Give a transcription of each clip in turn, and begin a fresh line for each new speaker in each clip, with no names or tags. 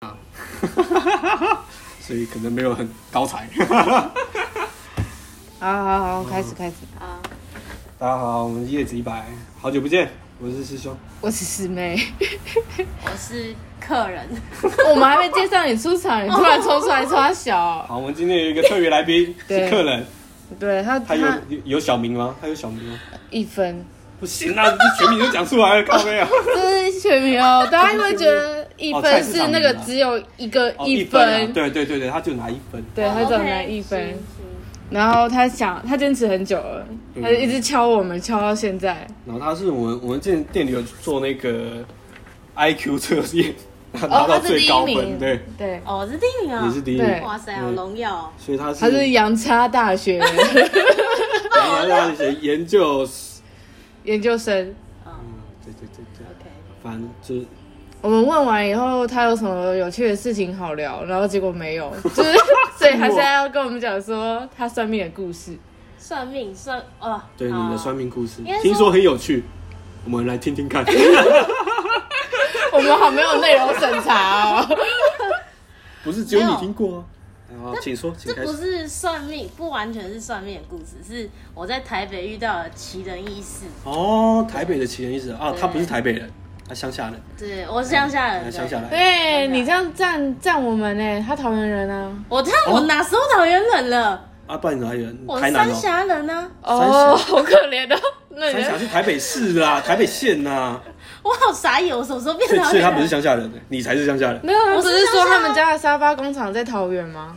所以可能没有很高才。
好好好，开
嗯
始开始。
啊，
大家好，我们叶子一百，好久不见，我是师兄。
我是师妹，
我是客 人，
我们还没介绍你出场，你突然冲出来抓小。
好，我们今天有一个特别来宾
对
是客人，
对他，
他有
他
有有小名吗？他有小名 吗？
一分，
不行啊，这全名都讲出来了，靠背啊。
这是全名哦。大家会觉得一分是那个只有一个
啊哦
一
啊
分，
对对对对，他就拿一分。
对，他只有拿
OK，
一分
行。行
然后他想，他坚持很久了，
嗯
他就一直敲我们，敲到现在。
然后他是我们我们店店里有做那个 IQ 测验， 他拿
哦，
到
他是
最
第一
高分，
名，
对，
对，
哦，我是第一名啊，
你是第一
对
名，
哇塞，好
嗯
荣耀哦，
所以他是
他是洋差大学
然后他写研究，
研究生。
嗯
嗯，对对对对，
，OK，
反正就是
我们问完以后，他有什么有趣的事情好聊，然后结果 没有，就是所以还是要跟我们讲说他算命的 故事。
算命算哦，
对
好
你的算命故事
应该，说
听说很有趣，我们来听听 看。
我们好没有内容审 查哦。
不是只有
没
你
有
听过啊？好，请说，请
这
开
不
始。
是算命，不完全是算命的故事，是我在台北遇到的奇人异事。
哦，台北的奇人异事啊，
对
他不是台北人，他乡下人，
对，我是乡下人，
他
对
乡下。人。
对哎你这样赞赞我们呢，他桃园人啊。
我看我哪时候桃园人了？
啊，不然哪里人？
我
台
是
南
三
哦。
峡人呢，
哦，好可怜哦。那
三
你
峡是台北市 啦，台北县呐，
我好傻眼，我什么时候变
所以
桃
所以他不
园
是
人？
乡下人，你才是乡下人。
没有，他
我
不
是
是说
乡下
他们家的沙发工厂在桃园吗？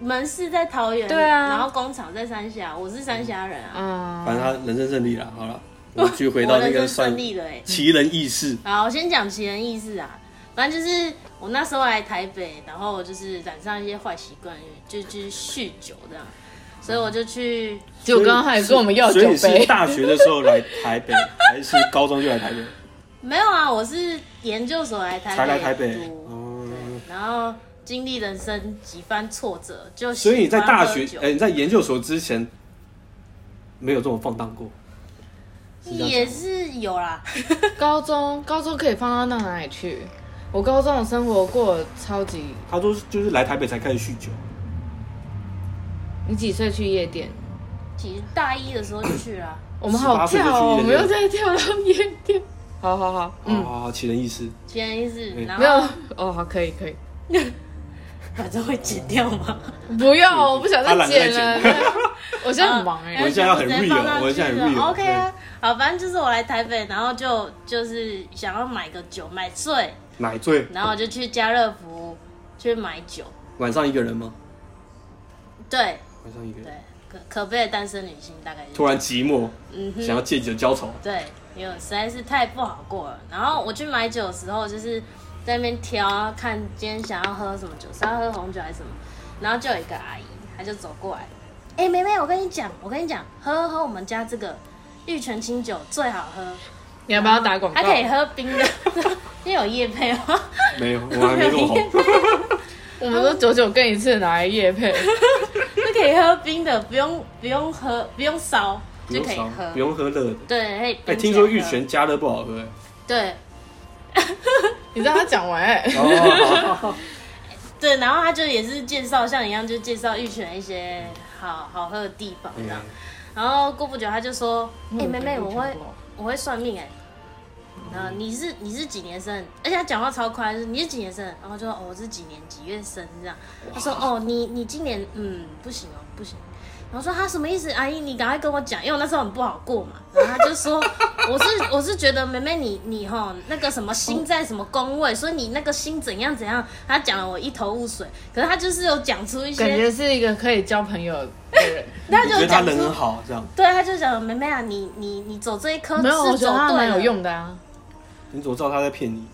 门市在桃园，
对啊
然后工厂在三峡，我是三峡人啊。
哦
啊
反，正他人生胜利了， 好了，我们继嗯续回到那
我人
个
生
算
顺利了哎。
奇人异事。
好，我先讲奇人异事啊。反正就是我那时候来台北，然后我就是染上一些坏习惯，就就是酗酒这样，所以我就去
就刚刚还跟我们要
所
酒
以你是
杯。
大学的时候来台 北，还是高中就来台北？
没有啊，我是研究所来台北
才来台北
读，
哦
对，然后经历人生几番挫折，就
所以你在大学
喜欢，喝
哎、
酒
你在研究所之前没有这么放荡过，是这样
也
讲吗
是有啦，
高中高中可以放到那哪里去？我高中的生活过得超级。
他说就是来台北才开始酗酒，
你几岁去夜店？
其实大一的时候就去啦，
我们好跳哦，我
18岁就去夜店
们又在跳到夜店。好好好，
嗯，
嗯，
哦，奇人异事，
奇人异
哎
事，然
没有
后
哦，好，可以可以，
反正会剪掉嘛，
不用，我不想再
他
剪了
懒得再剪。
对 我现在很忙哎
嗯
我，们现在要很 real，我们现在很 real，
OK 啊，好，反正就是我来台北，然后就就是想要买个酒买醉，
买醉，
然后我就去家乐福去买酒，
晚上一个人吗？
对
晚上一个
对
人，，
可可悲的单身女性大概就是
突然寂寞，
嗯哼
想要借酒浇愁，
对，因为实在是太不好过了。然后我去买酒的时候，就是在那边挑，看今天想要喝什么酒，是要喝红酒还是什么。然后就有一个阿姨，她就走过来，哎、妹妹，我跟你讲，我跟你讲，喝喝我们家这个玉泉清酒最好喝，
你要帮他打广告
还，可以喝冰的，因为有夜配哦。
没有，我还没那么红，
我们都久久跟一次拿来夜配，
就可以喝冰的，不用不用喝，不用烧
不
就
用
可以
烧，
喝
不。用喝热的。
对，可以
哎、
冰起
听
来
说玉
喝
泉加热不好喝、哎
对
你让他讲完哎。
哦，好好好
对，然后他就也是介绍像你一样，就介绍玉泉一些好好喝的地方
哎
这 样。然后过不久他就说：“
嗯
哎、妹妹，我会我会算命哎、
嗯
然后你是你是几年生？而且他讲话超快，就是你是几年生？然后就说哦我是几年几月生这样。他说哦你你今年嗯不行哦不行。然后说他什么意思？阿姨你赶快跟我讲，因为我那时候很不好过嘛。然后他 就说我是我是觉得妹妹你你吼那个什么心在什么宫位，所以你那个心怎样怎样。他讲了我一头雾水，可是他就是有讲出 一
感
些，
觉是一个可以交朋友的人，
他
你
就
觉得
有
他啊
讲
人
出
很好，这样，
对，他就讲妹妹啊，你你你走这一科
没有，我
是
觉
走
得他
对
蛮
了
有。用的啊。
你怎么知道他在骗你？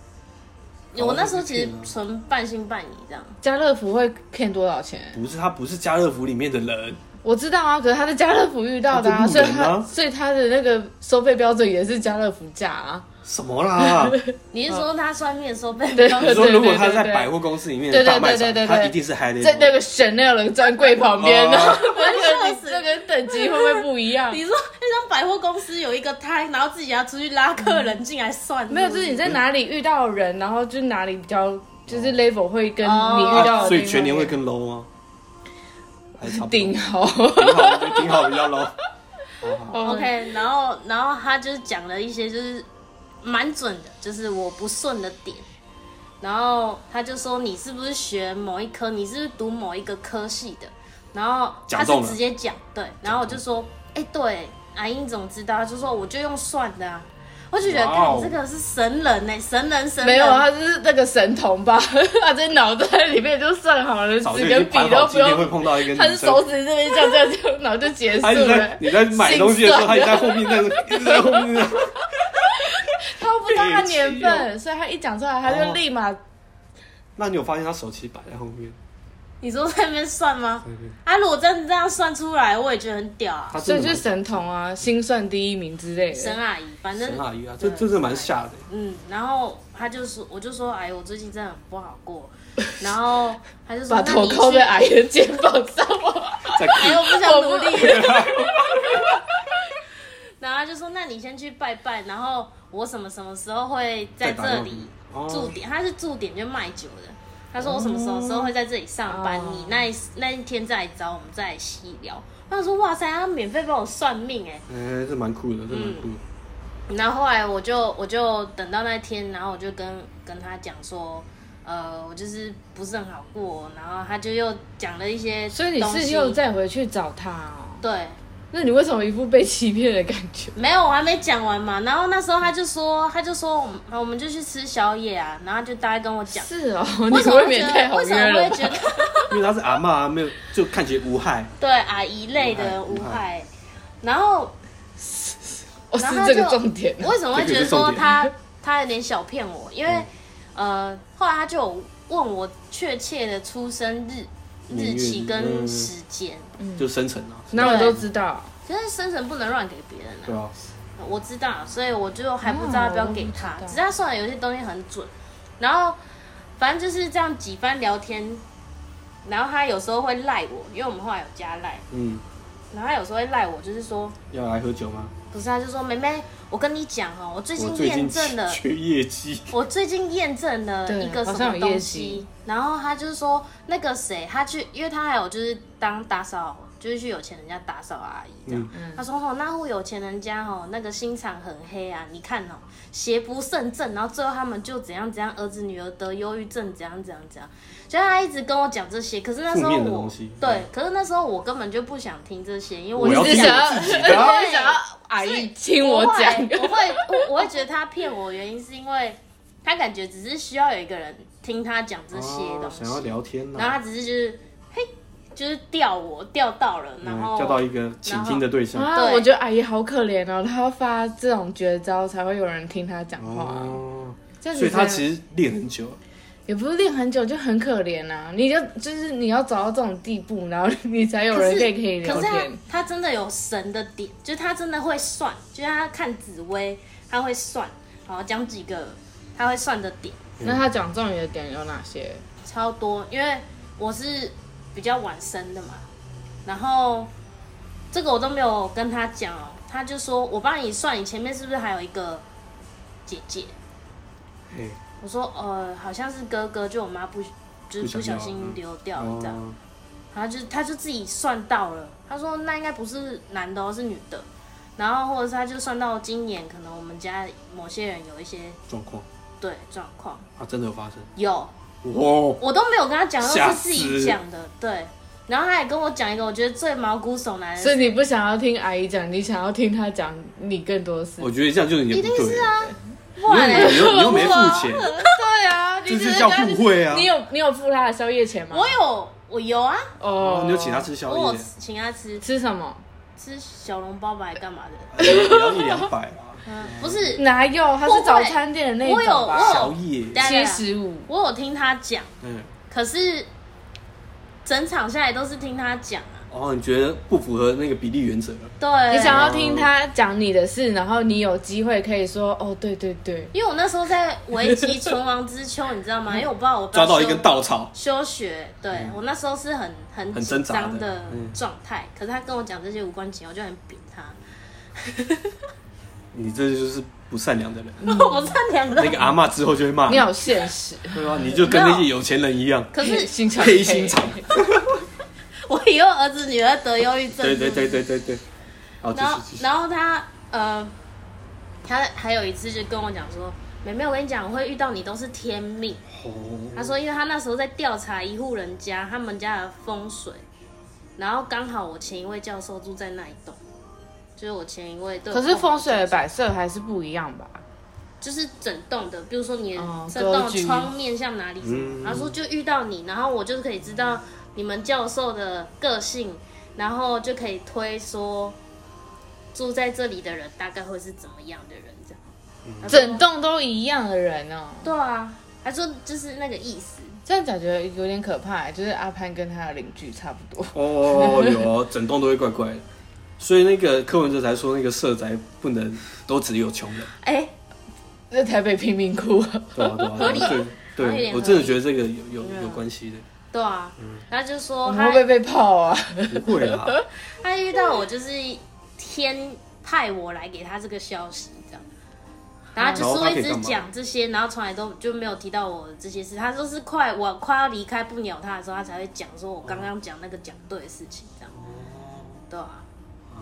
我那时候其实纯半信半疑这样。
家乐福会骗多少钱？
不是，他不是家乐福里面的人，
我知道啊，可是他在家乐福遇到的啊，
他
所
就
以
路人啊
他所以他的那个收费标准也是家乐福价啊。
什么啦？
你是说他算命的时候被
对
标
你
准
说如果他
对对对
在
对
百货公司里面
对
的
对
大卖场，
对对对
他
对
一定是 high
在那
level。
个 Chanel 的专柜旁边，
哦
然后那
笑
个
死
那个等级会不会不一 样
你？说那张百货公司有一个摊，然后自己要出去拉客人进来算，
没有，就是你在哪里遇到人，然后就哪里比较，就是 level 会跟你
哦
遇到的、
啊所以全年会更 low 吗？还是差不多
顶好。哦
挺好的，挺好的，比较 low。嗯
OK，然后然后他就是讲了一些就是蛮准的，就是我不顺的点。然后他就说你是不是学某一科，你是不是读某一个科系的？然后他
讲中
是
了
直接讲对，然后我就说，哎、对，阿英怎么知道？他就说我就用算的啊。我就觉得，
哇
看
哦啊
你这个是神人呢、神人神人。
没有，啊他就是那个神童吧， 他在脑袋里面就算好了，
早
纸
就已
跟
经
笔
盘
都
好，
不
今天会
用，
碰到一个
他是
女
手
生。
指这边这样这样这样，然后就结束
他一直在
了。
你在买东西的时候，他一直在后面，在一直在后面。
他不知道他年份，所以他一讲出来，他就立
哦
马
那你有发现他手机摆在后面？
你说在那边算吗？
对对
啊，如果真的这样算出来，我也觉得很屌啊，
他
所
真
以
的
就是
蛮
神童啊，心算第一名之类
神
的。
阿姨，反正
哎神阿姨啊，这这是蛮吓的。
嗯，然后他就说，我就说，哎，我最近真的很不好 过。然后他就说，
把
那
头
你去
靠在矮人肩膀上，
在
哎， 我不想努力。
看
然后他就说，那你先去拜拜，然后我什么什么时候会在这里
哦
驻点？他是驻点就卖酒的。他说我什么什么时候会在这里上班？
哦
你那一那一天再来找我们再来细聊。他说哇塞，他免费帮我算命哎、
哎，这蛮酷的，这蛮酷的。
然后后来我就我就等到那天，然后我就跟跟他讲说，呃，我就是不是很好过，然后他就又讲了一些东西，
所以你是又再回去找他哦。
对，
那你为什么一副被欺骗的感觉？
没有，我还没讲完嘛。然后那时候他就说，他就说我们我们就去吃宵夜啊，然后他就大概跟我 讲，
是哦，你
为什么
未
会
免
觉
太
得
好
为什
约
么
了
会
吧。
觉得
因
嗯
为他是阿嬷啊，没有就看起来无害。
对阿姨类的
无
无
害
害，然后
哦，是
然后他
这个
就
重点啊。
为什么会
这
觉得说
个是重点
他他有点小骗我？因为、呃，后来他就有问我确切的出生日、
年月
日
日
期跟
嗯
时间，
就生成啊，
那我都知道，
可是生辰不能乱给别人
对
啊。
啊，
我知道，所以我就还不知道要不要给他
哦我，不知道
只是他算的有些东西很准。然后反正就是这样几番聊天，然后他有时候会赖我，因为我们后来有加赖，
嗯，
然后他有时候会赖我，就是说
要来喝酒吗？
不是，他就说妹妹，我跟你讲哦，我最
我
近
最
验
近
证了。
缺业绩，
我最近验证了一个什么
对好像有
东
业
西
绩，
然后他就是说那个谁，他去，因为他还有就是当打扫，就是去有钱人家打扫阿姨
嗯
这样。他说哦，那户有钱人家哦，那个心肠很黑啊，你看哦，邪不胜正，然后最后他们就怎样怎样，儿子女儿得忧郁症，怎样怎样怎样。所以他一直跟我讲这些，可是那时候
负面的
我
东西
对，可是那时候我根本就不想听这些，因为
我
就
要
你
听我
是想要，
自己的
我是想要阿姨听我
会
讲。
我 会我我会觉得他骗我，原因是因为他感觉只是需要有一个人听他讲这些
哦
东西，
想要聊天
然后
呐，
他只是就是嘿，就是钓我钓到了，然后
嗯叫到一个倾听的对象。
啊，
对
我觉得阿姨好可怜哦，她要发这种绝招才会有人听她讲话，
哦，
这样
所
子
以他
真的
其实练很久，也
也不是练很久就很可怜啊。你就就是你要找到这种地步，然后你才有
可
人
是
可以可以聊
可是他
天。
他真的有神的点，就是他真的会算，就是他看紫薇他会算，然后讲几个他会算的点
那她讲中你的点有哪些？
超多，因为我是比较晚生的嘛，然后这个我都没有跟他讲哦，他就说我帮你算，你前面是不是还有一个姐姐？
嘿
我说呃，好像是哥哥，就我妈不就是不
不想
小
要
心
嗯
流掉了这样，
哦，
然后就他就自己算到了，他说那应该不是男的、哦，是女的，然后或者是他就算到今年可能我们家某些人有一些
状况
对状况
啊，真的有发生
有，
哇！
我都没有跟他讲，都
吓
是
死
自己讲的。对，然后他也跟我讲一个我觉得最毛骨悚然的
所以
事，
你不想要听阿姨讲，你想要听她讲你更多事。
我觉得这样就是你的不对，
啊不然
你
嘞
又你又你又 没付钱，
对啊，你
这
只
就是叫
跟她
互惠啊
你！有你有付她的宵夜钱吗？
我有我有啊，
哦
哦，你就请他吃宵
我有
夜，
请他吃
吃什么？
吃小笼包吧，还干嘛的？
也要一哎两百吧，
嗯，不是，
哪有？它
不
是
会
早餐店的那
我
一
有
种吧？啊
宵夜，
等下
七，
等下
十五，
我有听他讲，
嗯，
可是整场下来都是听他讲啊。
哦，你觉得不符合那个比例原则？
对，
你想要听他讲你的事，然后你有机会可以说哦，对对对，
因为我那时候在危急存亡之秋，你知 道吗？因为我不知道我
抓到一根
道。
稻草，
休学，对、我那时候是很很
很
紧
挣扎
张
的
的
嗯
状态，可是他跟我讲这些无关紧要，我就很扁他。
你这就是不善良的人。
我善良的
那个阿嬷之后就会骂
你，好现实，
对啊，你就跟那些有钱人一样，
可 是
心肠
黑心肠。
我以后儿子女儿得忧郁症，
对对对对对对。好，继
然后
续继续。
然后他呃，他还有一次就跟我讲说，妹妹，我跟你讲，我会遇到你都是天命。他
哦，
说，因为他那时候在调查一户人家他们家的风水，然后刚好我前一位教授住在那一栋，就是我前一位对我
可是
不好
风水的摆设还是不一样吧？
就是整栋的，比如说你
哦
这栋
格局
窗面向哪里什么，
嗯
然后说就遇到你，然后我就可以知道你们教授的个性，然后就可以推说住在这里的人大概会是怎么样的人这样。他说
整栋都一样的人哦、
对啊，他说就是那个意思，
这样感觉有点可怕、就是阿潘跟他的邻居差不多。
哦，有哦整栋都会怪怪的。所以那个柯文哲才说，那个社宅不能都只有穷人，
哎、
在台北贫民窟，
对吧、啊？对
理
吧、啊？对，
有
对，
点
我
合
真的
理
觉得这个有有
嗯
有关系的。
对啊，他就
我
说
们
他
会不会被泡啊？
不会啦，
他遇到我就是天派我来给他这个消息，这样。然
嗯
后就是会一直讲这些，然后从来都就没有提到我这些事。他说是快我快要离开不鸟他的时候，他才会讲说我刚刚讲那个讲对的事情，这样。对啊。
啊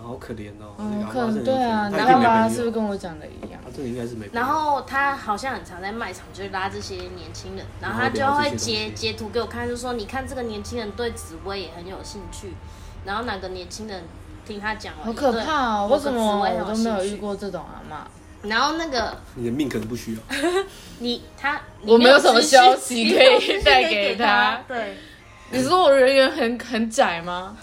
好可怜哦。那
嗯，
个阿嬷
可能
真的
对啊，
很可
你
怜
爸爸
她一
是
定没朋友，
不是跟我讲的一样
他？这个应该是没朋友。
然后他好像很常在卖场就拉这些年轻人，然后他就
然后聊
会
哦这些
截
东西
截图给我看，就说你看这个年轻人对紫薇也很有兴趣，然后哪个年轻人听他讲完，
好可怕哦、
对
为什么
某个紫薇很
我都没有
兴
遇
趣
过这种阿妈？
然后那个
你的命可能不需要。
你他，你
我没有什么
持续
消息可以带
给
给
他
他。
对，
你说我人缘很很窄吗？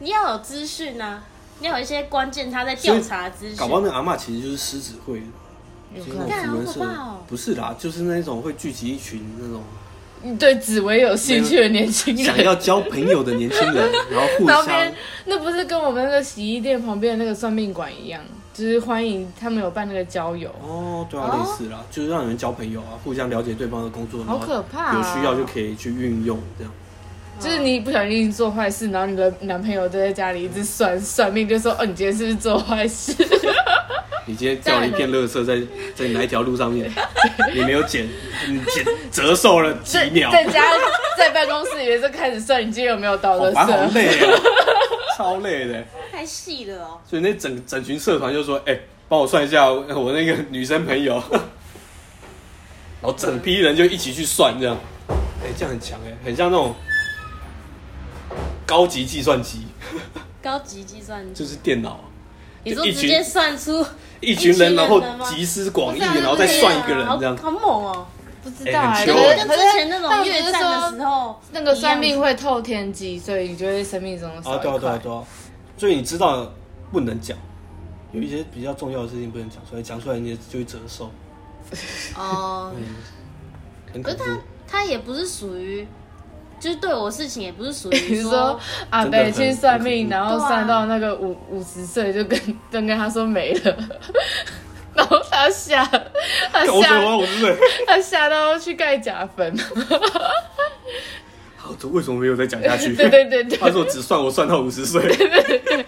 你要有资讯啊，你要有一些关键他在调查资
搞不好
讯。
那阿嬷其实就是狮子会，
有
就是
可
那种福
能
干好
门
可
社
怕哦，
不是啦，就是那种会聚集一群那种
你对紫薇有兴趣的年轻
想
人，
要交朋友的年轻人，然后互
旁
相
边 那不是跟我们那个洗衣店旁边的那个算命馆一样，就是欢迎他们有办那个交友，
哦，对啊，类似啦，就是让你们交朋友啊，互相了解对方的工作，然
好
后
可怕、啊
有需要就
以。
可以去运用这样。
就是你不小心做坏事，然后你的男朋友就在家里一直算算命，就说哦，你今天是不是做坏事？
你今天掉一片垃圾在在哪一条路上 面，你没有捡，你捡折寿了 几秒，
在家在办公室里面就开始算你今天有没有倒
好
垃
烦，好
圾。
累啊， 超累的。
太细了哦。
所以那整整群社团就说：“哎、帮我算一下我那个女生朋友。” 然后整批人就一起去算，这样，哎、这样很强哎、很像那种高级计算机，
高级计算机，
就是电脑，啊
你
就
说
一
直
群
接算出
一群人，
一群人
然后
的吗
集思广益，
不是啊
然后再算一个人
好
这样。
好猛哦，
不知道哎、
哎很
可
糗
是
对
跟
可
之
是
前那
他
种
们
越
不是
战的
说
时候，
那个算命会透天机，所以你就会生命中少
啊，
一
对啊，对
块
啊，对啊。所以你知道不能讲，有一些比较重要的事情不能讲出来，讲出来你就会折寿。
哦，
嗯，很
可
恐
是啊
怖。
他他也不是属于，就是对我事情也不是属
比
于
如说阿
真的
北
很
去算命，
很恐怖
然后算
啊
到那个五五十岁，就跟就跟他说没了，然后他吓他
干我怎
吓
么我是不是？
他吓到去盖假坟，
好，这为什么没有再讲下去？
对对对对
他说只算我算到五十岁，
真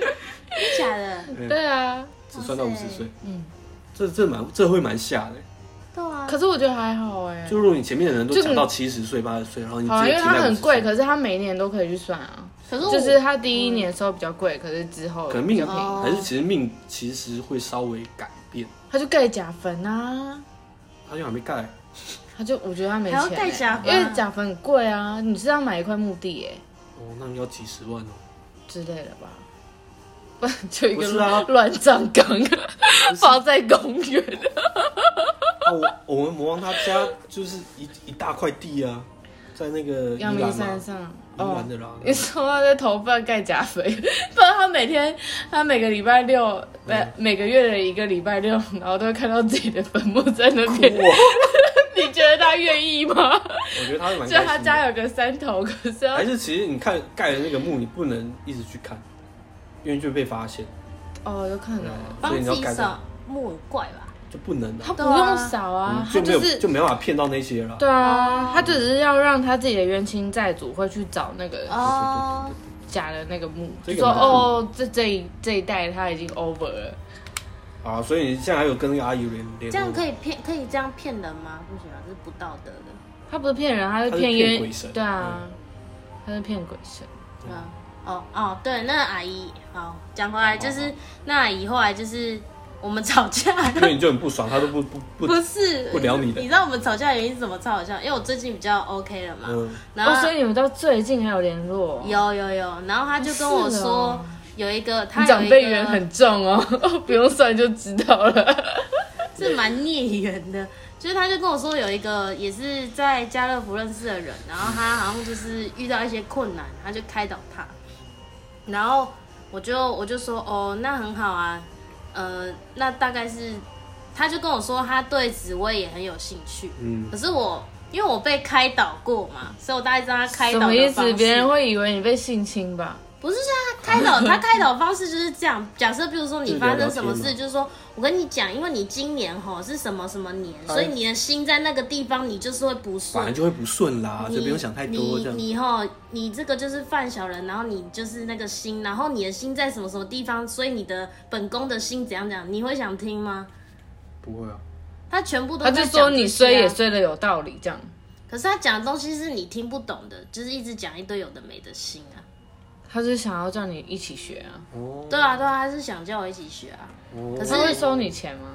假的，
对啊。
只算到五
哇
十
塞
岁，
嗯，
这这蛮这会蛮吓的。
对啊，
可是我觉得还好哎、
就如果你前面的人都
就
讲到七十岁、八十岁，然后你直
好、啊，因
接
为
停
它
在
很贵，
50岁
可是它每一年都可以去算啊。
可是我
就是它第一年收比较贵，可是之后
可能
比
命啊
较便宜，
哦
还是其实命其实会稍微改变，
他就盖假坟啊。
他就还没盖，
他就我觉得他没
还要
钱、
盖假
欸，
坟
因
啊
为假坟很贵啊，你是要买一块墓地哎、
哦，那要几十万哦。
之类的吧， 不然就一
不
个
是啊
乱葬岗 放在公园，
啊，我我们魔王他家就是一一大块地啊，在那个宜
阳
兰
明山
嘛，
上
宜兰的啦。
哦 你说他在头发盖假肥，不然他每天，他每个礼拜六，
嗯
每每个月的一个礼拜六，然后都会看到自己的坟墓在那 边。
哇，
你觉得他愿意吗？
我觉得他是蛮
就他
开心的。
家有个山头，可是要
还是其实你看盖的那个墓，你不能一直去看，因为就会被发现，啊
哦，有可能
所
嗯帮
以你
自
要
己
盖
扫墓很怪吧？
就不能了
他。不
对啊
用扫啊，他
嗯就没有
是
就没办法骗到那些了。
对啊，他只是要让他自己的冤亲债主会去找那个
哦，
假的那个墓，
这
就
个
说
蛮酷
哦，这这一这一代他已经 over 了，
啊，所以你现在还有跟那个阿姨联联络？
这样可以骗，可以这样骗人吗？不行啊，这是不道德的，
他不是骗人，他是
他是
骗
骗
冤
鬼神
对啊，他是骗鬼神。
对啊。哦哦，对，那阿姨，好，讲回来就是那阿姨后来就是我们吵架，
因为你就很不爽，他都不不不，
不是
不聊你的
你知道我们吵架的原因是怎么超好笑？因为我最近比较 OK 了嘛，
嗯，
然后、
哦，所以你们到最近还有联络？
有有有，然后他就跟我
是
说、
哦
有一个他
你
有
长
一
辈
个
缘很重哦， 不用算就知道了。
是蛮孽缘的，就是他就跟我说有一个也是在家乐福认识的人，然后他好像就是遇到一些困难，他就开导他，然后我就我就说哦，那很好啊，呃，那大概是，他就跟我说他对紫薇也很有兴趣，
嗯
可是我因为我被开导过嘛，所以我大概知道他开
什
导的
么意
方
思？
式
别人会以为你被性侵吧？
不是，就是他 开导，他开导方式就是这样。假设比如说你发生什么
就是聊聊天
事，
嘛
就是说我跟你讲，因为你今年吼是什么什么年，
哎
所以你的心在那个地方，你就是会不
本来
顺。
就会不顺啦，
你
就不用想太多这样。
你你吼，你这个就是犯小人，然后你就是那个心，然后你的心在什么什么地方，所以你的本宫的心怎样怎样，你会想听吗？
不会啊，
他全部都
他
在
就
讲
说
这些
你衰也
啊
衰的有道理，这样
可是他讲的东西是你听不懂的，就是一直讲一堆有的没的心啊。
他就是想要叫你一起学啊。
哦，
对啊，对啊，他是想叫我一起学啊，
哦
可是
他会收你钱吗？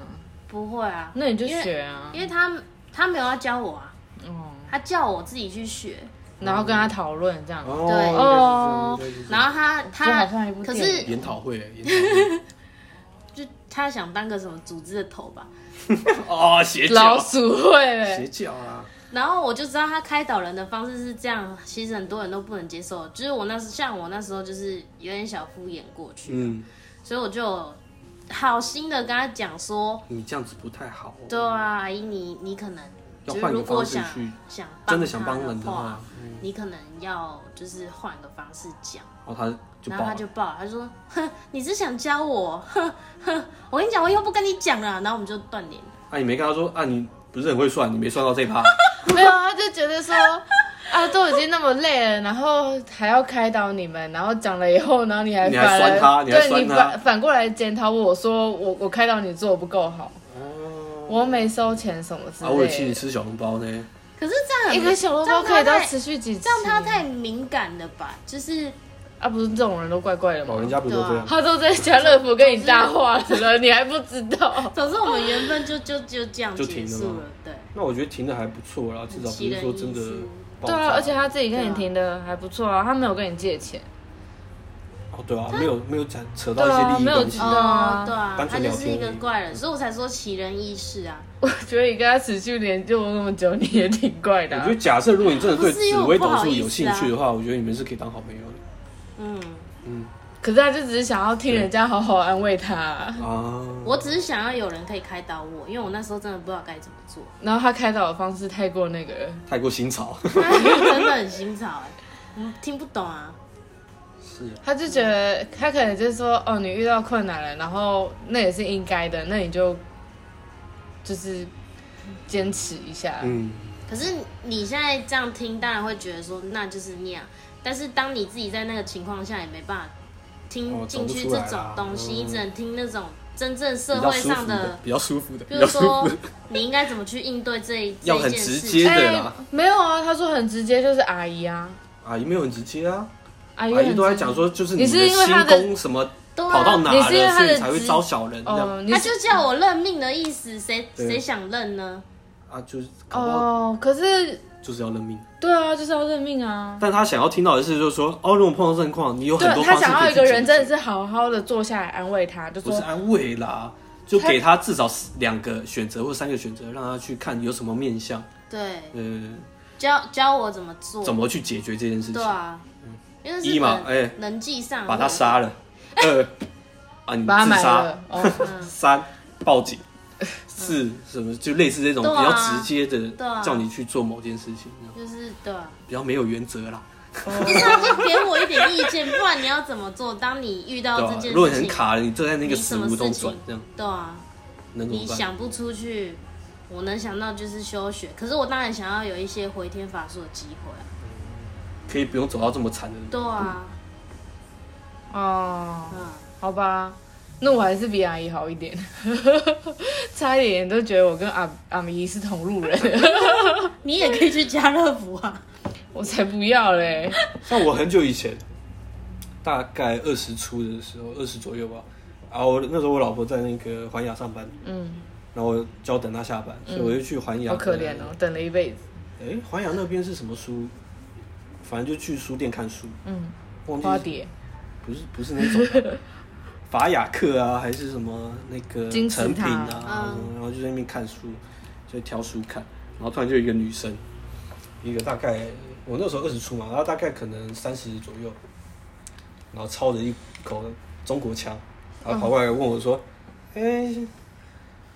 不会啊。
那你就
因为
学啊
因，为他他没有要教我啊，
哦，
他叫我自己去学，
然后跟他讨论这样。
哦，应该是这样应该
对
是这样
然后他
这
他
好像一部
可
电影
是
研讨会，研讨
就他想当个什么组织的头吧，
会 哦，邪
老
教，
鼠会
邪
嘞，
教啊，
然后我就知道他开导人的方式是这样，其实很多人都不能接受，就是我那时像我那时候就是有点小敷衍过去，
嗯，
所以我就好心的跟他讲说，
你这样子不太好哦，
对啊，阿姨你你可能
要
就是
换个
如果
方式
想
去
想
真的想
他啊
帮人的
话
话，，嗯
你可能要就是换个方式讲。
然后哦他就
然
爆
后他
了
就，爆了，他说：“哼，你是想教我？哼哼，我跟你讲，我以后不跟你讲了。”然后我们就断联。
啊，你没跟他说啊，你不是很会算，你没算到这一趴，
没有，他就觉得 说。啊，都已经那么累了，然后还要开导你们，然后讲了以后，然后你还
你
反
还酸他你还
对
酸
你
他
反反过来检讨我说我我开导你做的不够好，我没收钱什么之
哦啊，我有请你
类的。
吃小笼包呢，
可是这样很
一个小笼
这
包
样
可以
他
到
太
持续几次？
这样他太敏感了吧？就是
啊，不是这种人都怪怪的
老
吗
人？家不都这
对啊
样，
他都在家乐福跟你搭话了，你还不知 道？
总之我们缘分就就就这样
就
结
停了
束
吗
了。对，
那我觉得停的还不错啦，至少不
啊
是说真的
奇人异事
爆
对
炸，
啊，而且他自己跟你停的还不错啊，他没有跟你借钱。
哦对啊，没有没有讲扯到
对啊
一些利益
没有
关系
知，道啊
对啊
单，
他
纯
就
聊
是一
天
个
而已嗯
怪人，所以我才说奇人异事啊。
我觉得你跟他持续联络那么久，你也挺怪的
我
啊、
觉得假设如果你真的对
不是因
紫
为
微
我不
斗
好
数
意
有
思
兴
啊
趣的话，我觉得你们是可以当好朋友的
嗯，
可是他就只是想要听人家好好安慰他啊、
啊。
我只是想要有人可以开导我，因为我那时候真的不知道该怎么 做，
然后他开导的方式太过那个了，
太过新潮，
真的很新潮哎，我听不懂啊。
是
他就觉得他可能就是说，哦，你遇到困难了，然后那也是应该的，那你就就是坚持一下。
嗯，
可是你现在这样听，当然会觉得说那就是那样。但是当你自己在那个情况下，也没办法听
哦
进去
走不
这
出来
种
啦
东西，
嗯
你只能听那种真正
比
社
较
会
舒
上
服
的
的，，比较舒服的，比
比如
较舒服
说
的，
你应该怎么去应对这一
要
这
很
一件
直
事
接
情。
对啦
哎没有啊，他说很直接，就是阿姨啊，
阿姨没有很直接啊，
阿姨
阿
很直
姨
接
都在讲说就是你
你是因为她
的
的
新功什么
对
跑到
啊，
哪
你
了，
是因为她
所
的
以才会
职
招小人这样
哦，你
他
是
就叫我认命的意思，谁
对
谁想认呢？
啊，就是搞不好
哦，可是
就是要认命。
对啊，就是要认命啊。
但他想要听到的是，就是说哦，如果碰到状况，你有很
对啊
多
他
方式
想要
可以
一个
去
人
解
真
决
的是好好的坐下来安慰他，就
不
说
是安慰啦，就给他至少两个选择或三个选择，让他去看有什么面向，
对，
呃，
教教我怎么做？
哦
怎么去解决这件事
对
情。
啊，因为
一
是
嘛，
能
哎，
能记上
把他杀了，二啊，你
把他
自
买
杀，
了，哦，
三报警，四什么就类似这种
对
比
啊
较直接
对啊
的，叫你去做某件事情，这样
就是对啊。
比较没有原则啦。
那你就给我一点意见，不然你要怎么做？当你遇到
对
这
吧
件事？情，
如果你很卡了，你正在那个
你
死
什么
胡同
事情
转，这样
对啊，
能怎
你
么办？
想不出去，我能想到就是休学。可是我当然想要有一些回天乏术的机会啊。
可以不嗯用走到这么惨的。
对啊，
哦，
嗯，
好吧，那我还是比阿姨好一点， 差一点都觉得我跟阿阿姨是同路人，
你也可以去家乐福啊。
我才不要嘞！
像我很久以前，大概二十出的时候，二十左右吧，然后那时候我老婆在那个环亚上班，
嗯，
然后我就要等她下班，
嗯
所以我就去环亚。
好可怜哦，等了一辈子。
哎、环亚那边是什么书？反正就去书店看书，
嗯，
忘记
花
是
蝶、
不是不是那 种法雅克啊，还是什么那个
金石
成品
堂
啊，
嗯
然后就在那边看书，就挑书看，然后突然就有一个女生，一个大概我那时候二十出嘛，然后大概可能三十左右，然后操着一口中国腔，然后跑过来问我说：“哎、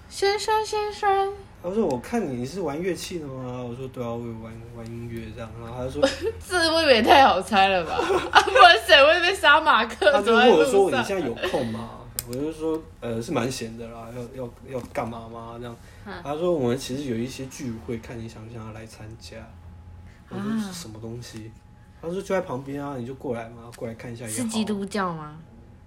先生先生，
他说我看你是玩乐器的吗？”我说：“对啊，我有玩玩音乐这样。”然后他就说：“
这未免也太好猜了吧？ 啊，不然谁会被杀马 克？
他就
走在
问我
路
啊说：“你
上
现在有空吗？”我就说：“呃，是蛮闲的啦，要要要干嘛吗？”这样，
嗯
他说：“我们其实有一些聚会，看你想不想要来参加。”我说：“
啊
是什么东西？”他说：“就在旁边啊，你就过来嘛，过来看一下也好。”
是基？督教吗？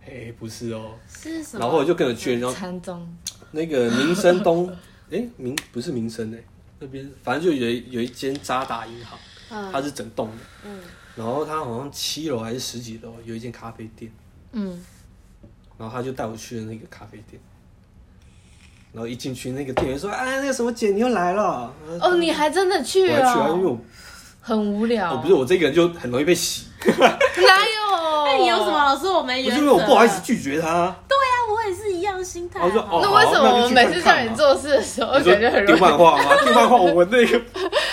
哎，不是哦。
是什么？
然后我就跟着去，然后
禅宗
那个民生东， 哎，民不是民生哎，那边反正就有一有一间渣打银行，它
嗯
是整栋的，
嗯，
然后它好像七楼还是十几楼有一间咖啡店。
嗯，
然后他就带我去了那个咖啡店，然后一进去，那个店员说：“哎，那个什么姐，你又来了。”
哦，你还真的去
我还去啊，因为
哦，
我
很无聊。
我不是我这个人就很容易被洗，
哪有？
那你有什么？好说我没
哎
我
原
就
则？
因为我不好意思拒绝他，
啊，我也是一样心态啊。
我就哦
那为什么我们每次叫你做事的时候，
你说
感觉很容
丢
易？
漫画 吗？丢漫画我那个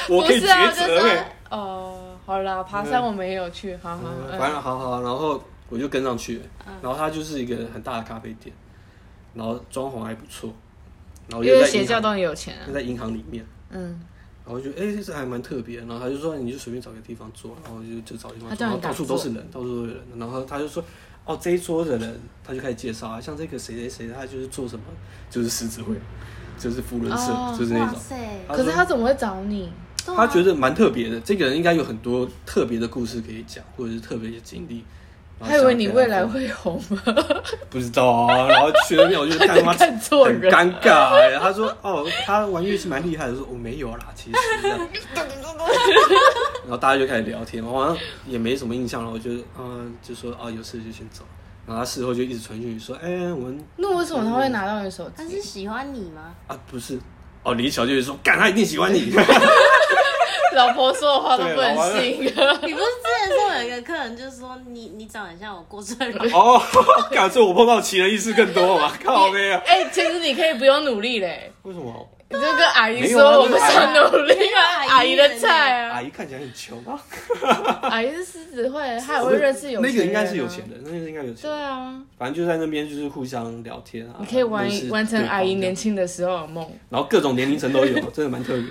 我可以抉
不是啊，就
择
是
哎，
哦，好啦，爬山我们也有去，好好，
嗯反
嗯
正好好，然后我就跟上去了，然后它就是一个很大的咖啡店，然后装潢还不错，然后
因
又
为
哦在
邪
银
教
行
都很有钱啊
又，在银行里面。
嗯，
然后就哎、这还蛮特别。然后他就说，你就随便找个地方坐，然后就就找地方坐，
他叫
然后
你打
到处都是人，到处都有人。然后他就说，哦，这一桌的人，他就开始介绍啊，像这个谁谁谁，他就是做什么，就是狮子会，就是福伦社，
哦
就是那
哇
种。
塞，
他
可是
说
他怎么会找你？
对啊
他觉得蛮特别的，这个人应该有很多特别的故事可以讲，或者是特别的经历。然后
他以为你
想要
未
跟他
来
分
会红啊吗？
不知道啊，然后去那边我就干妈
看错
很
人
尴尬、欸。他说：“哦，他玩乐器蛮厉害的。”我说：“我没有啦，其实。”这 样然后大家就开始聊天，我好像也没什么印象了。我就嗯，就说啊，有事就先走。然后他事后就一直传讯息说：“哎、我们
那为什么他会拿到你手
他
嗯
是
机？
喜欢你吗？
啊不是哦。”李小就说：“干，他一定喜欢 你。
老婆说的话都不
对老
能
婆
信。啊
你不是之前说有一个客人就说你你长得很像我过生 日，”
哦，干，所以我碰到奇人异事更多嘛？靠没啊？
哎，其实你可以不用努力嘞，
为什么？
你就跟阿姨
没有啊
说我不
那是
想努力
没
啊，
有
阿
阿
姨
姨
的菜啊
阿。姨看起来很穷啊。
阿姨是狮子会，她也会认识有钱
那
人啊
个应该是有钱。人，那个应该有钱
对
人。
啊，
反正就在那边就是互相聊天啊。
你可以玩
认识
完成
对方
阿姨
这样
年轻的时候的梦。
然后各种年龄层都有，真的蛮特别的。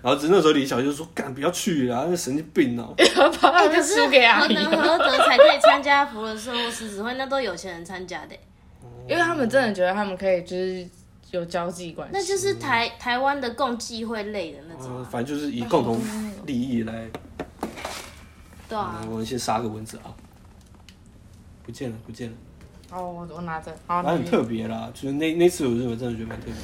然后只是那时候李小就说：“干，不要去啊，那神经病啊
把他
哎
们
可是
输给阿
何
姨，啊
德何德才可以参加福伦社或狮子会？那都有钱人参加的欸，
因为他们真的觉得他们可以就是有交际关
那
系。
就是台台湾的共济会类的那！”种
嗯
啊，
反正就是以共同利益来。
对啊
嗯，我们先杀个蚊子啊！不见了，不见了，
哦，我我拿着，好，
反正很
你
特别啦。就是那那次，我认为真的觉得蛮特别的。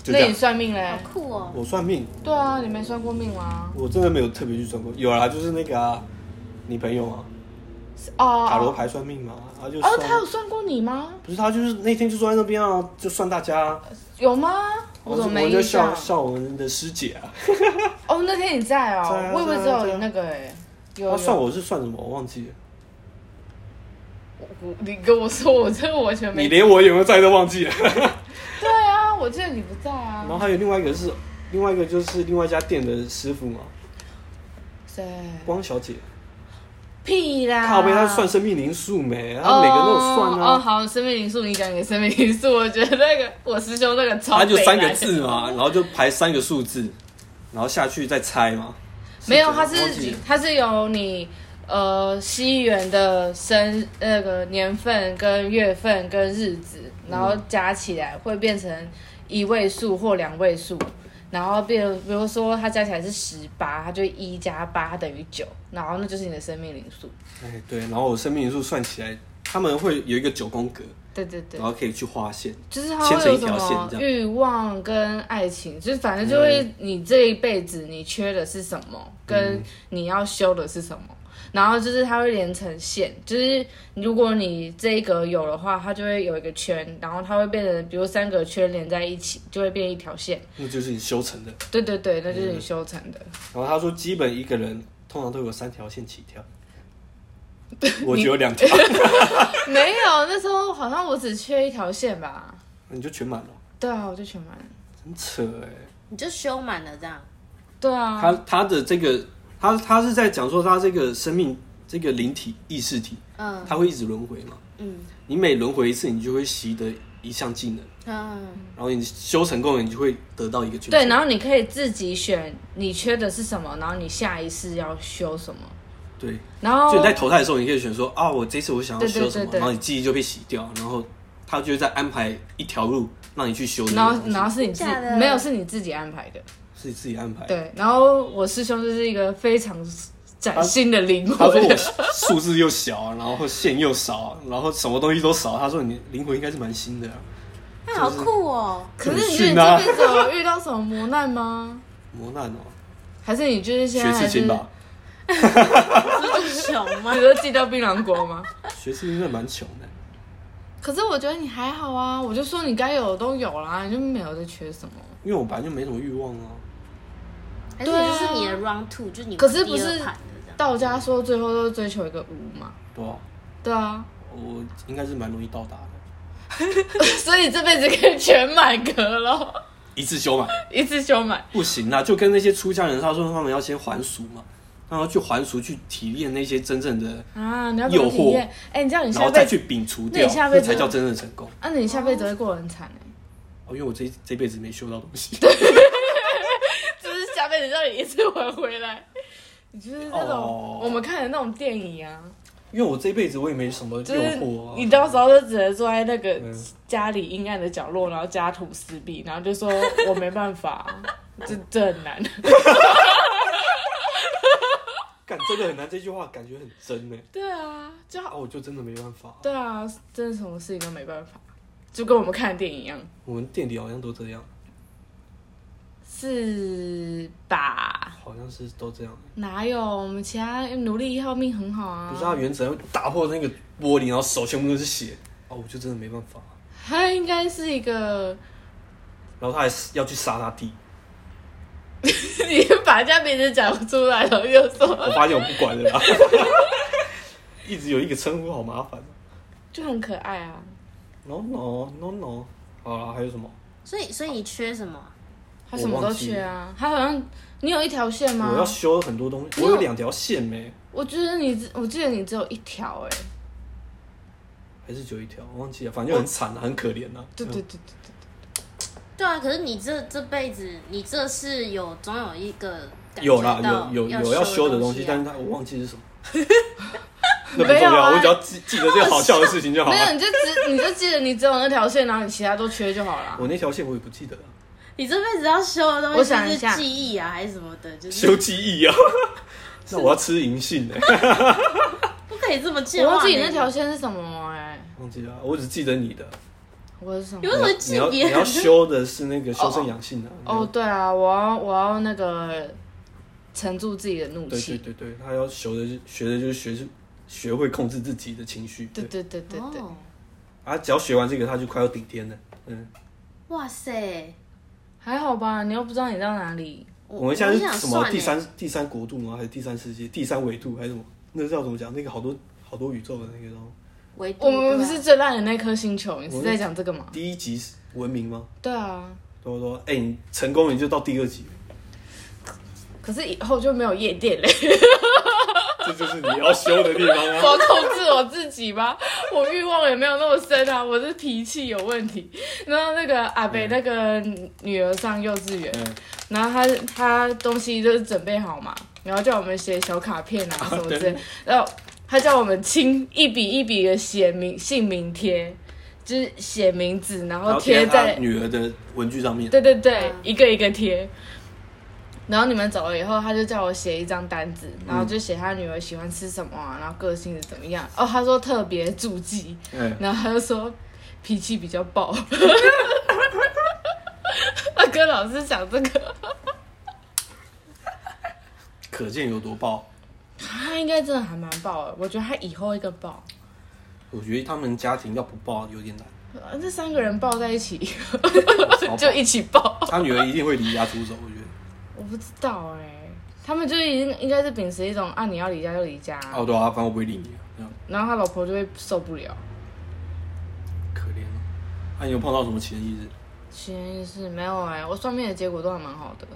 就
那
这
你
样，
算命嘞
好？酷哦。
我算命，
对啊，你没算过命吗？
我真的没有特别去算过。有啦，就是那个啊，你朋友啊，
哦，
塔罗牌算命嘛，他就
哦，
算
他有算过你吗？
不是他就是那天就坐在那边啊，就算大家、啊。
有吗？我怎么没
我
印
就
象
笑？笑我们的师姐啊，
哦，那天你在
在
哦
啊，
我以为只
在啊在
有
啊
那个哎，有
她算
有
我是算什么我忘记了，
我你跟我说，我这个完全
你
没。
连我有没有在都忘记了。
对啊，我记得你不在啊
然。后还有另外一个是，另外一个就是另外一家店的师傅嘛，
谁？
光小姐，
屁啦！
靠背她算生命灵数没，她每个都有算
啊哦哦，
啊，
好，生命灵数，你讲你的生命灵数，我觉得那个我师兄那个超
她就
北
三
蓝
个
的
字嘛，然后就排三个数字，然后下去再猜嘛。
没有，它
忘记
是
了
它是由你呃西元的生那个年份跟月份跟日子，然后加起来会变成一位数或两位数，然后变比如说它加起来是十八，它就一加八等于九，然后那就是你的生命灵数。
哎对，然后我生命灵数算起来他们会有一个九宫格，
对对对嗯
然，后可以去划线。
就是它会有什
哦牵成一条
么
线这样
欲望跟爱情，就是反正就会你这一辈子你缺的是什么，
嗯
跟你要修的是什么，然后就是它会连成线，就是如果你这一格有的话，它就会有一个圈，然后它会变成比如三个圈连在一起，就会变一条线。
那就是你修成的。
对对对，那就是你修成的。
然后他说，基本一个人通常都有三条线起跳，我只有两条，
没有，那时候好像我只缺一条线吧。
你就全满了，
对啊，我就全满了。
很扯哎。
欸
你就修满了这样。
对啊，
他他的这个，他他是在讲说他这个生命这个灵体意识体，
嗯
它会一直轮回嘛。
嗯
你每轮回一次，你就会习得一项技能，
嗯，
然后你修成功了，你就会得到一个诀窍。
对，然后你可以自己选你缺的是什么，然后你下一次要修什么，
对，
然后
就你在投胎的时候，你可以选说啊，我这次我想要
哦对对
修什
对
么，
对
然后你记忆就被洗掉，然后他就会再安排一条路让你去修这个
然
东西。
后然后是你自己
假的
没有是你自己安排的，
是你自己安排。
对，然后我师兄就是一个非常崭新的灵
啊他说
魂
我，数字又小，然后线又少，然后什么东西都少。他说你灵魂应该是蛮新的啊、
那哎好酷哦。
可是你
很
觉得你
逊啊
这辈子有遇到什么磨难吗？
磨难哦、
还是你就是现
学
在还
刺
是
青吧，
你
不是熊吗？
都寄到槟榔国吗？
学刺青真的蛮穷的。
可是我觉得你还好啊，我就说你该有的都有啦，你就没有在缺什么。
因为我本来就没什么欲望啊，
还是这是你的 round two，就是你
啊可是不是
第二盘的这样？
道家说最后都追求一个无嘛，
对吧、
对啊，
我应该是蛮容易到达的，
所以这辈子可以全满格咯，
一次修满
一次修满。
不行啊，就跟那些出家人，他说他们要先还俗嘛，然后去还俗去体验那些真正的，
啊，你要怎么体验？哎、你知道你
然
下
后再
辈子，
去摒除
那
掉，
你下辈
那
子
才叫真正成功。
啊，你下辈子会过得很惨哎、
哦，因为我这这辈子没修到东西。
就是下辈子让你一次还回来。你 就是那种、
哦
我们看的那种电影啊，
因为我这辈子我也没什么
就
诱
是
惑、啊，
你到时候就只能坐在那个
嗯
家里阴暗的角落，然后家徒四壁，然后就说我没办 法，这这很难。
感真的很难，这句话感觉很真呢。欸
对啊，就
啊，
好。
我就真的没办法。
对啊，真的什么事情都没办法，就跟我们看的电影一样，
我们店里好像都这样，
是吧？
好像是都这样。
哪有我们其他努力一号命很好啊？
不是他原则会打破那个玻璃，然后手全部都是血。哦，我就真的没办法。
他应该是一个，
然后他还要去杀他弟，
你把人家名字讲出来了，又
我
说
发现我不管了啦。 一直有一个称呼好麻烦。
就很可爱啊。
No no no no。好啦，还有什么？
所以所以你缺什么？
他什么都缺啊，他好像你有一条线吗
我？要修很多东西，
没
我
有
有两条线没，
我觉得你只，我记得你只有一条哎、
还是只有一条，我忘记了，反正就很惨啊，很可怜啊。
哦对对对对
对啊，可是你这这辈子，你这是有总有一个感
有
觉
啦，
到
有有有
要
要修的
东
东西，但
啊
是它我忘记是什 么。那不
没
重
有啊
要，我只要记记得这个好笑的事情就好啊
没有
了。
你就只你就记得你只有那条线，然后你其他都缺就好了。
我那条线我也不记得了，
你这辈子要修的东
我
西
想一
是
下
记忆啊，还是什么的？就是
修记忆啊。 那我要吃银杏哎，
不可以这么健
我
忘。
忘记你那条，线是什么哎、
忘记了，我只记得你的。
我是什么
你？为什么
你
记
要你
别人
要？修的是那个修身养性的。
哦，对啊，我要我要那个沉住自己的怒
对对
气。
对对，他要修的是学的就是学学会控制自己的情绪。
对
对，
对对对对，
哦，
啊，只要学完这个，他就快要顶天了。嗯，
哇塞！
还好吧？你又不知道你到哪里。
我们现在
我想
是什么
算
第
欸
三第三国度吗？还是第三世界、第三维度还是什么？那个叫怎么讲？那个好多好多宇宙的那个东西。
维度
我们
对啊
不
吧
是最烂的那颗星球，你是
我
在讲这个吗？
第一集是文明吗？
对啊，
对不对？哎、你成功了你就到第二集，
可是以后就没有夜店嘞，
这就是你要修的地方
我
啊。
要控制我自己吧。 我欲望也没有那么深啊，我是脾气有问题。然后那个阿北那个女儿上幼稚园，
嗯，
然后她她东西就是准备好嘛，然后叫我们写小卡片啊什么之类，然后她叫我们亲一笔一笔的写名姓名贴，就是写名字，然
然
后
后贴
贴
在
在
他女儿的文具上面。
对对对
嗯，
一个一个贴。然后你们走了以后，他就叫我写一张单子，然后就写他女儿喜欢吃什么啊，然后个性是怎么样。哦，他说特别注记，
嗯，
然后他就说脾气比较暴。 他跟老师讲这个，
可见有多爆。
他应该真的还蛮暴的，我觉得他以后会更暴。
我觉得他们家庭要不爆有 点难，
啊这三个人抱在一起，
超爆
就一起抱。
他女儿一定会离家出走。我觉得，
我不知道哎、他们就已经应该是秉持一种啊，你要离家就离家，
哦对啊，反正我不会理你啊，这样
然后他老婆就会受不了。
可怜哦。那、你有碰到什么奇人异事？
潜意识没有哎、我算命的结果都还蛮好的。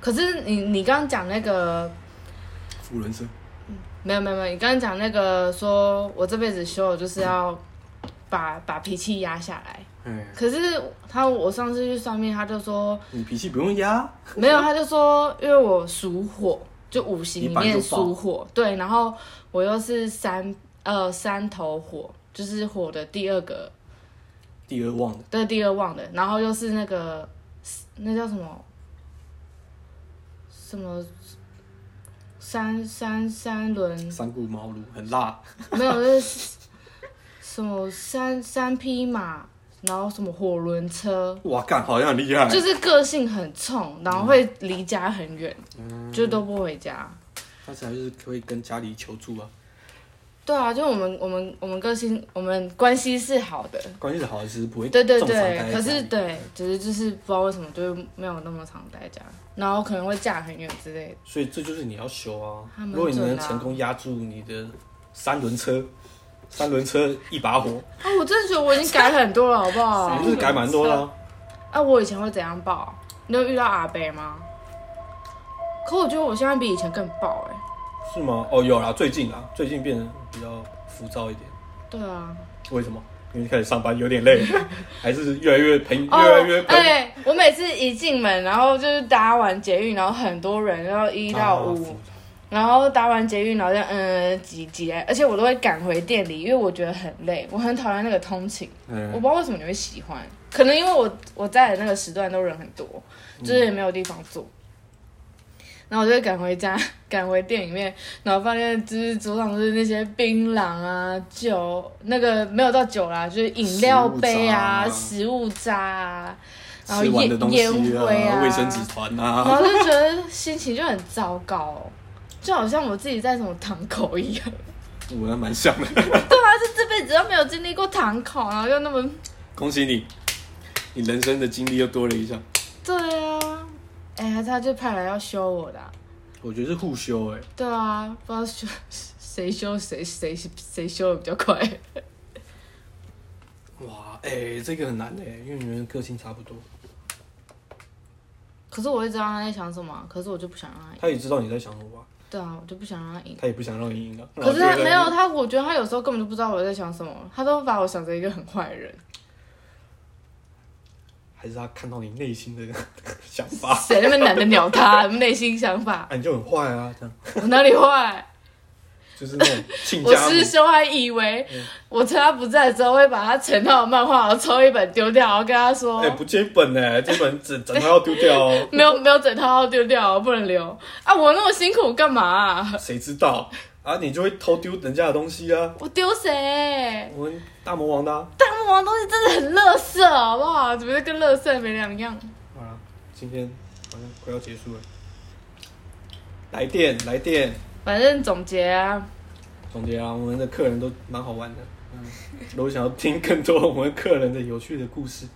可是你你刚刚讲那个
富人生，
没有没有没有，你刚刚讲那个说我这辈子修的就是要把把脾气压下来。
哎，
可是他我上次去算命，他就说
你脾气不用压，
没有，他就说因为我属火，就五行里
你本来
面
就爆
属火，对，然后我又是三呃三头火，就是火的第二个
第二忘的
对，第二旺的，然后又是那个那叫什么什么三三三轮
三顾茅庐，很辣。
没有，那是什么三三匹马，然后什么火轮车，
哇，干，好像很厉害。
就是个性很冲，然后会离家很远，就都不回家。
他才就是可以跟家里求助啊，
对啊，就我们我们我们个性我们关系是好的，
关系是好，只是不会
对对
重伤
对，
害
可是
家里
对，只是就是不知道为什么就没有那么常待家，然后可能会嫁很远之类的。
所以这就是你要修啊
他。们
如果你能
准啊
成功压住你的三轮车，三轮车一把火，
啊，我真的觉得我已经改很多了，好不 好
你？就是改蛮多了、啊。
啊，我以前会怎样爆？你有遇到阿北吗？可我觉得我现在比以前更爆哎、
是吗？哦，有啦，最近啊，最近变得比较浮躁一点。
对啊，
为什么？因为开始上班有点 累，还是越来越朋，越
哦
来越，朋。
哎、我每次一进门，然后就是搭完捷运，然后很多人，然后一到
啊
五、然后搭完捷运，然后就嗯挤挤来，而且我都会赶回店里，因为我觉得很累，我很讨厌那个通勤。我不
嗯，
知道为什么你会喜欢，可能因为我我在的那个时段都人很多，就是也没有地方坐。然后我就会赶回家， 赶回店里面，然后发现就是桌上就是那些槟榔啊、酒，那个没有到酒啦，就是饮料杯啊、食物渣啊，然后
吃完的
烟
东西
烟灰啊、
卫生纸团
然
啊，
后就觉得心情就很糟糕、哦，就好像我自己在什么堂口一样。
我那蛮像的。
对啊，就这辈子都没有经历过堂口，然后又那么
恭喜你，你人生的经历又多了一项。
对啊，哎、呀，他就派来要修我的啊、
我觉得是互修哎、
对啊，不知道修谁修谁谁谁修的比较快。
哇，哎、这个很难哎、因为你们个性差不多。
可是我会知道他在想什么啊，可是我就不想让他赢。
他也知道你在想什么吧？
对啊，我就不想让他赢。
他也不想让你赢啊。
可是他
然后就
没有他，我觉得他有时候根本就不知道我在想什么，他都把我想成一个很坏的人。
还是他看到你内心的 想法，
谁那么懒得鸟他？内心想法，
啊，你就很坏啊，这样
我哪里坏？
就是那种亲
我
家母
师兄还以为我趁他不在的时候会把他成套的漫画，然后抽一本丢掉，然后跟他说：“，
哎、不接本哎、这本整整套要丢掉哦
没有没有整套丢掉，不能留啊！我那么辛苦干嘛啊、
谁知道啊？你就会偷丢人家的东西啊。
我丢谁？
我们大魔王的、啊，
大魔王东西真的很垃圾，好不好？怎么就跟垃圾没两样？
好了，今天好像快要结束了。来电，来电，
反正总结啊，
总结啊，我们的客人都蛮好玩的。嗯，如果想要听更多我们客人的有趣的故事，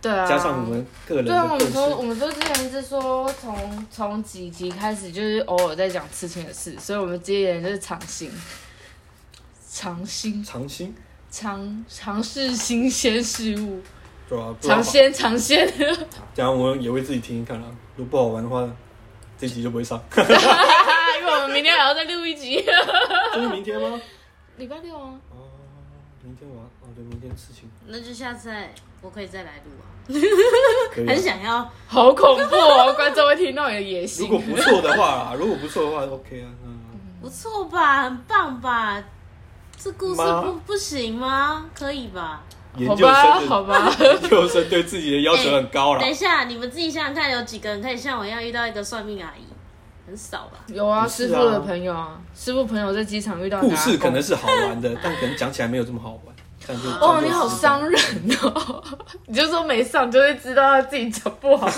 对啊，
加上我们个人
对啊，
的
我
故
们说我
事，
们说之前是说从从几集开始就是偶尔在讲刺青的事，所以我们接下来就是尝新，尝新
尝新，
尝尝试新鲜事物，
对吧、啊？不知道
尝
吧
鲜尝鲜，
当然我们也会自己听听看啦、如果不好玩的话，这集就不会上。
啊因为我们明天还要再录一集，
这是明天吗？
礼拜六啊。
哦，明天晚哦，对，明天的事情
那就下次再我可以再来录啊，嗯
可以啊、
很想要。
好恐怖哦！观众会听到你的野
如
心
果。不错的话 啦，如果不错的话，OK 啊，嗯，
不错吧，很棒吧？这故事
妈
不不行吗？可以吧？
研
好
究
吧，
生
好
的
吧，
研究生对自己的要求很高了
等。一下，你们自己想想看，有几个人可以像我一样遇到一个算命阿姨？很少吧？
有啊，
不是
师
啊
傅的朋友啊，师傅朋友在机场遇到
故
的啊
事可能 是好玩的，但可能讲起来没有这么好玩。这样就
哦，你好，伤人哦！ 你就说没上，就会知道他自己讲不 好。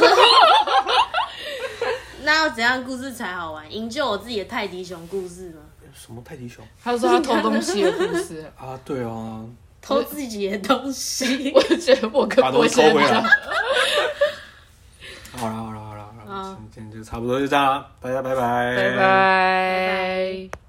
那要怎样故事才好玩？营救我自己的泰迪熊故事吗？
这样就什么泰迪熊
他说他偷东西的故事，
啊？对 啊，
偷自己的东西
我觉得我跟
把东
我
西收
先
回来
讲。。
好了好了好了好了，
嗯
啊哎今天就差不多就这样啦，大家拜拜，
拜
拜
拜。